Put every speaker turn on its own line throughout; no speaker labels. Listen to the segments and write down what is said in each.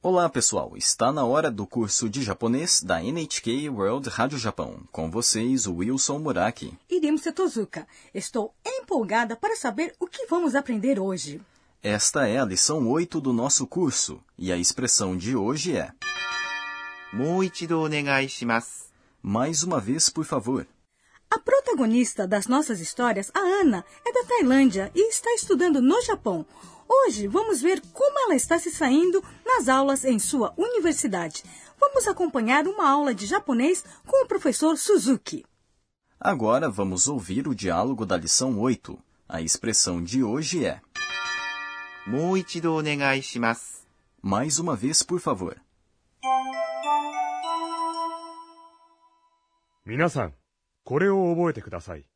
Olá, pessoal! Está na hora do curso de japonês da NHK World Rádio Japão. Com vocês, o Wilson Muraki.
Iremos Setozuka, estou empolgada para saber o que vamos aprender hoje.
Esta é a lição 8 do nosso curso e a expressão de hoje é
もう一度お願いします。
mais uma vez, por favor.
A protagonista das nossas histórias, a Ana, é da Tailândia e está estudando no Japão. Hoje vamos ver como ela está se saindo nas aulas em sua universidade. Vamos acompanhar uma aula de japonês com o professor Suzuki.
Agora vamos ouvir o diálogo da lição 8. A expressão de hoje é
もう一度お願いします。
mais uma vez, por favor.
皆さん、これを覚えてください。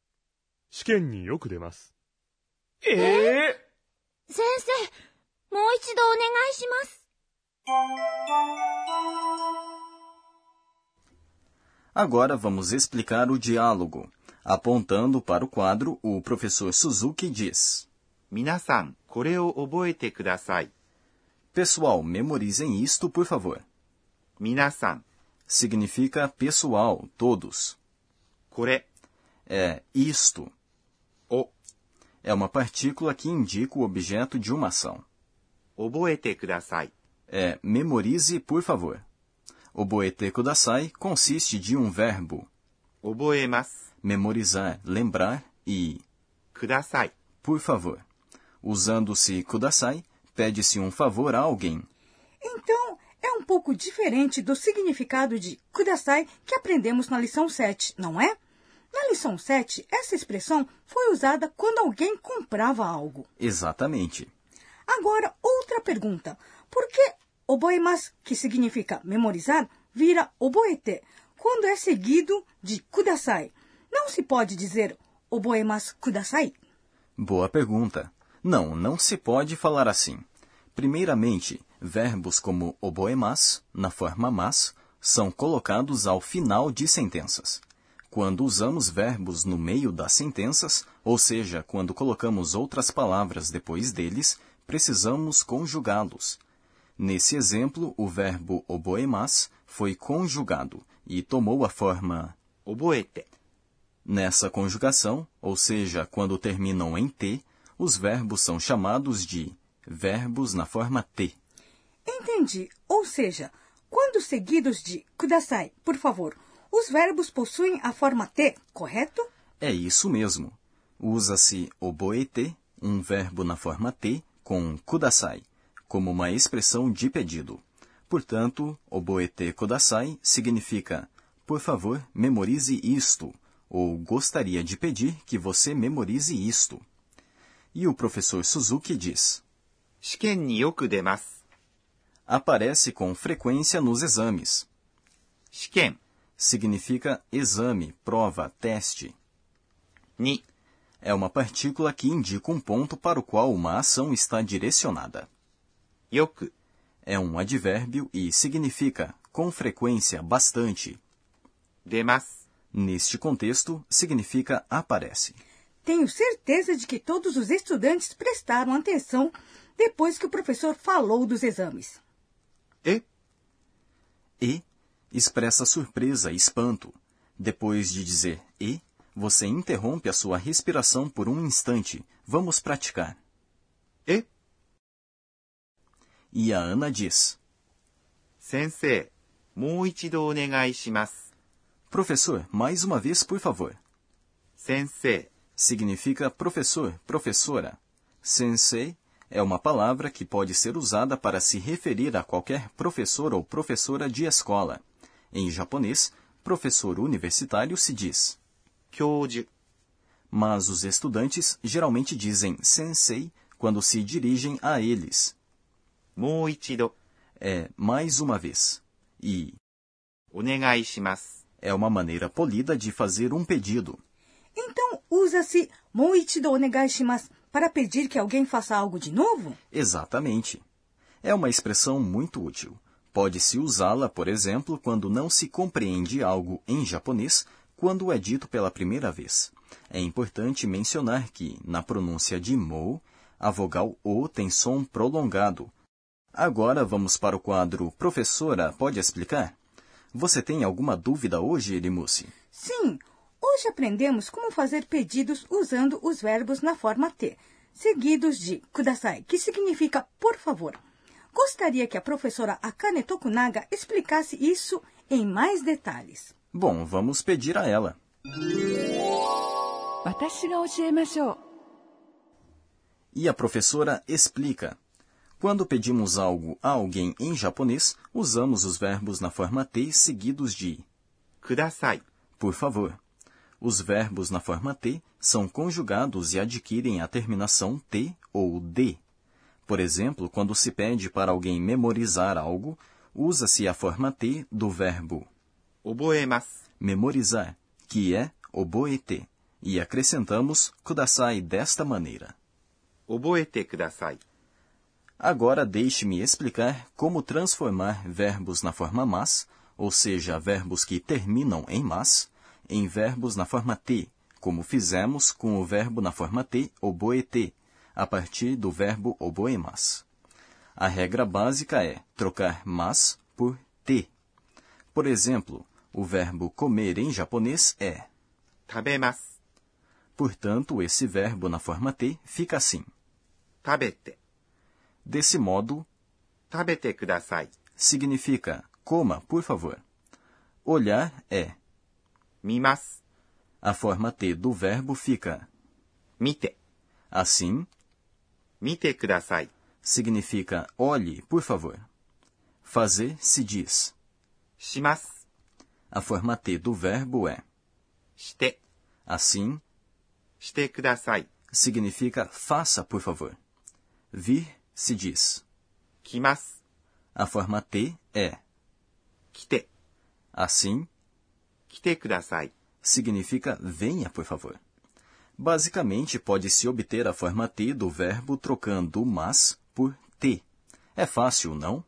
試験によく出ます。
先生、もう一度お願いします。
Agora vamos explicar o diálogo. Apontando para o quadro, o professor Suzuki diz:
皆さん、これを覚えてください。
Pessoal, memorizem isto, por favor.
皆さん、
Significa pessoal, todos.
これ
É isto.
を
É uma partícula que indica o objeto de uma ação.
覚えてください。
É memorize, por favor. O boete kudasai consiste de um verbo
覚えます。
memorizar, lembrar e
ください。
por favor. Usando-se kudasai, pede-se um favor a alguém.
Então, é um pouco diferente do significado de kudasai que aprendemos na lição 7, não é? Na lição 7, essa expressão foi usada quando alguém comprava algo.
Exatamente.
Agora, outra pergunta. Por que oboemas, que significa memorizar, vira oboete quando é seguido de kudasai? Não se pode dizer oboemas kudasai?
Boa pergunta. Não, não se pode falar assim. Primeiramente, verbos como oboemas, na forma mas, são colocados ao final de sentenças. Quando usamos verbos no meio das sentenças, ou seja, quando colocamos outras palavras depois deles, precisamos conjugá-los. Nesse exemplo, o verbo oboemas foi conjugado e tomou a forma
覚えて、
Nessa conjugação, ou seja, quando terminam em T, os verbos são chamados de verbos na forma T.
Entendi. Ou seja, quando seguidos de kudasai, por favor, os verbos possuem a forma T, correto?
É isso mesmo. Usa-se oboete, um verbo na forma T, com kudasai, como uma expressão de pedido. Portanto, oboete kudasai significa por favor, memorize isto, ou gostaria de pedir que você memorize isto. E o professor Suzuki diz.
試験によく出ます。
aparece com frequência nos exames.
試験
Significa exame, prova, teste.
に
É uma partícula que indica um ponto para o qual uma ação está direcionada.
よく
É um advérbio e significa com frequência, bastante.
出ます。
Neste contexto, significa aparece.
Tenho certeza de que todos os estudantes prestaram atenção depois que o professor falou dos exames.
え
E expressa surpresa, espanto. Depois de dizer e, você interrompe a sua respiração por um instante. Vamos praticar.
え
E a Ana diz:
先生、もう一度お願いします。
Professor, mais uma vez, por favor.
先生、
Significa professor, professora. Sensei é uma palavra que pode ser usada para se referir a qualquer professor ou professora de escola. Em japonês, professor universitário se diz,
教授、
mas os estudantes geralmente dizem sensei quando se dirigem a eles.
もう一度
É mais uma vez. E
お願いします。
é uma maneira polida de fazer um pedido.
Então, usa-se moichido onegai shimasu para pedir que alguém faça algo de novo?
Exatamente. É uma expressão muito útil. Pode-se usá-la, por exemplo, quando não se compreende algo em japonês quando é dito pela primeira vez. É importante mencionar que, na pronúncia de mou, a vogal o tem som prolongado. Agora vamos para o quadro Professora Pode Explicar? Você tem alguma dúvida hoje, Elimusse?
Sim, hoje aprendemos como fazer pedidos usando os verbos na forma T, seguidos de kudasai, que significa por favor. Gostaria que a professora Akane Tokunaga explicasse isso em mais detalhes.
Bom, vamos pedir a ela.
私が教えましょう
E a professora explica. Quando pedimos algo a alguém em japonês, usamos os verbos na forma T seguidos de
ください、
por favor. Os verbos na forma T são conjugados e adquirem a terminação T ou D. Por exemplo, quando se pede para alguém memorizar algo, usa-se a forma T do verbo
覚えます、
memorizar, que é oboete, e acrescentamos kudasai desta maneira.
覚えてください、
Agora deixe-me explicar como transformar verbos na forma mas, ou seja, verbos que terminam em mas, em verbos na forma te, como fizemos com o verbo na forma te oboete, a partir do verbo oboemas. A regra básica é trocar mas por te. Por exemplo, o verbo comer em japonês é.
食べます、
Portanto, esse verbo na forma te fica assim.
食べて、
Desse modo,
食べてください、
significa coma, por favor. Olhar é.
見ます、
A forma T do verbo fica
見て、
assim,
見てください、
significa olhe, por favor. Fazer se diz.
します、
A forma T do verbo é
して、
assim,
してください、
significa faça, por favor. Vir se diz.
来ます、
A forma T é
来て、
assim,
来てください、
significa venha, por favor. Basicamente, pode-se obter a forma T do verbo trocando o mas por te. É fácil, não?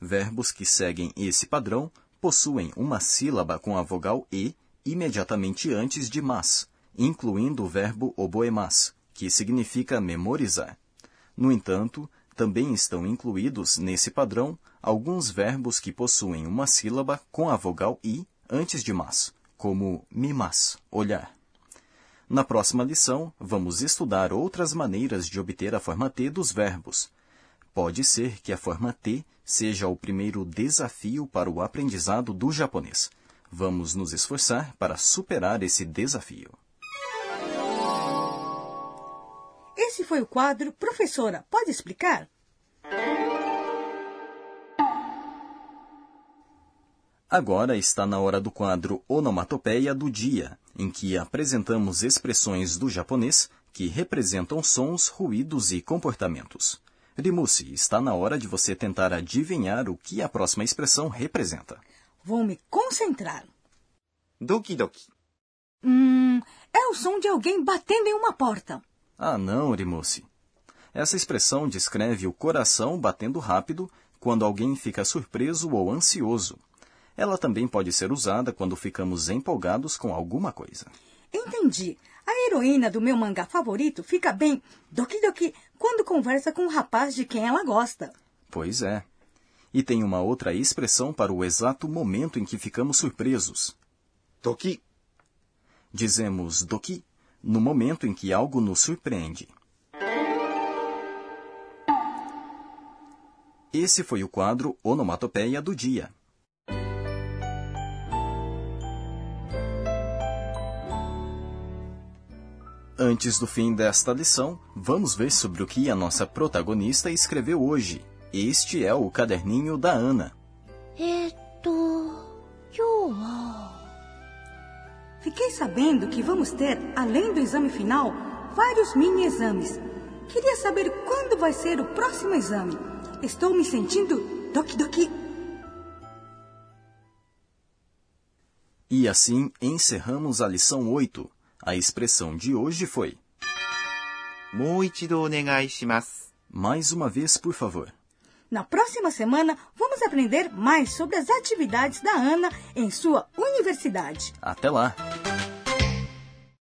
Verbos que seguem esse padrão possuem uma sílaba com a vogal E imediatamente antes de mas, incluindo o verbo oboemas, que significa memorizar. No entanto, também estão incluídos nesse padrão alguns verbos que possuem uma sílaba com a vogal i antes de mas, como mimas, olhar. Na próxima lição, vamos estudar outras maneiras de obter a forma T dos verbos. Pode ser que a forma T seja o primeiro desafio para o aprendizado do japonês. Vamos nos esforçar para superar esse desafio.
Esse foi o quadro Professora, pode explicar?
Agora está na hora do quadro Onomatopeia do Dia, em que apresentamos expressões do japonês que representam sons, ruídos e comportamentos. Rimusi, está na hora de você tentar adivinhar o que a próxima expressão representa.
Vou me concentrar.
ドキドキ、
Hum, é o som de alguém batendo em uma porta.
Ah, não, Rimusi. Essa expressão descreve o coração batendo rápido quando alguém fica surpreso ou ansioso. Ela também pode ser usada quando ficamos empolgados com alguma coisa.
Entendi. A heroína do meu mangá favorito fica bem doki-doki quando conversa com o rapaz de quem ela gosta.
Pois é. E tem uma outra expressão para o exato momento em que ficamos surpresos.
ドキ、
Dizemos doki no momento em que algo nos surpreende. Esse foi o quadro Onomatopeia do Dia. Antes do fim desta lição, vamos ver sobre o que a nossa protagonista escreveu hoje. Este é o caderninho da Ana.
えーっと、今日は、
Fiquei sabendo que vamos ter, além do exame final, vários mini-exames. Queria saber quando vai ser o próximo exame. Estou me sentindo doki-doki.
E assim encerramos a lição 8. A expressão de hoje foi:
もう一度お願いします。
mais uma vez, por favor.
Na próxima semana, vamos aprender mais sobre as atividades da Ana em sua universidade.
Até lá!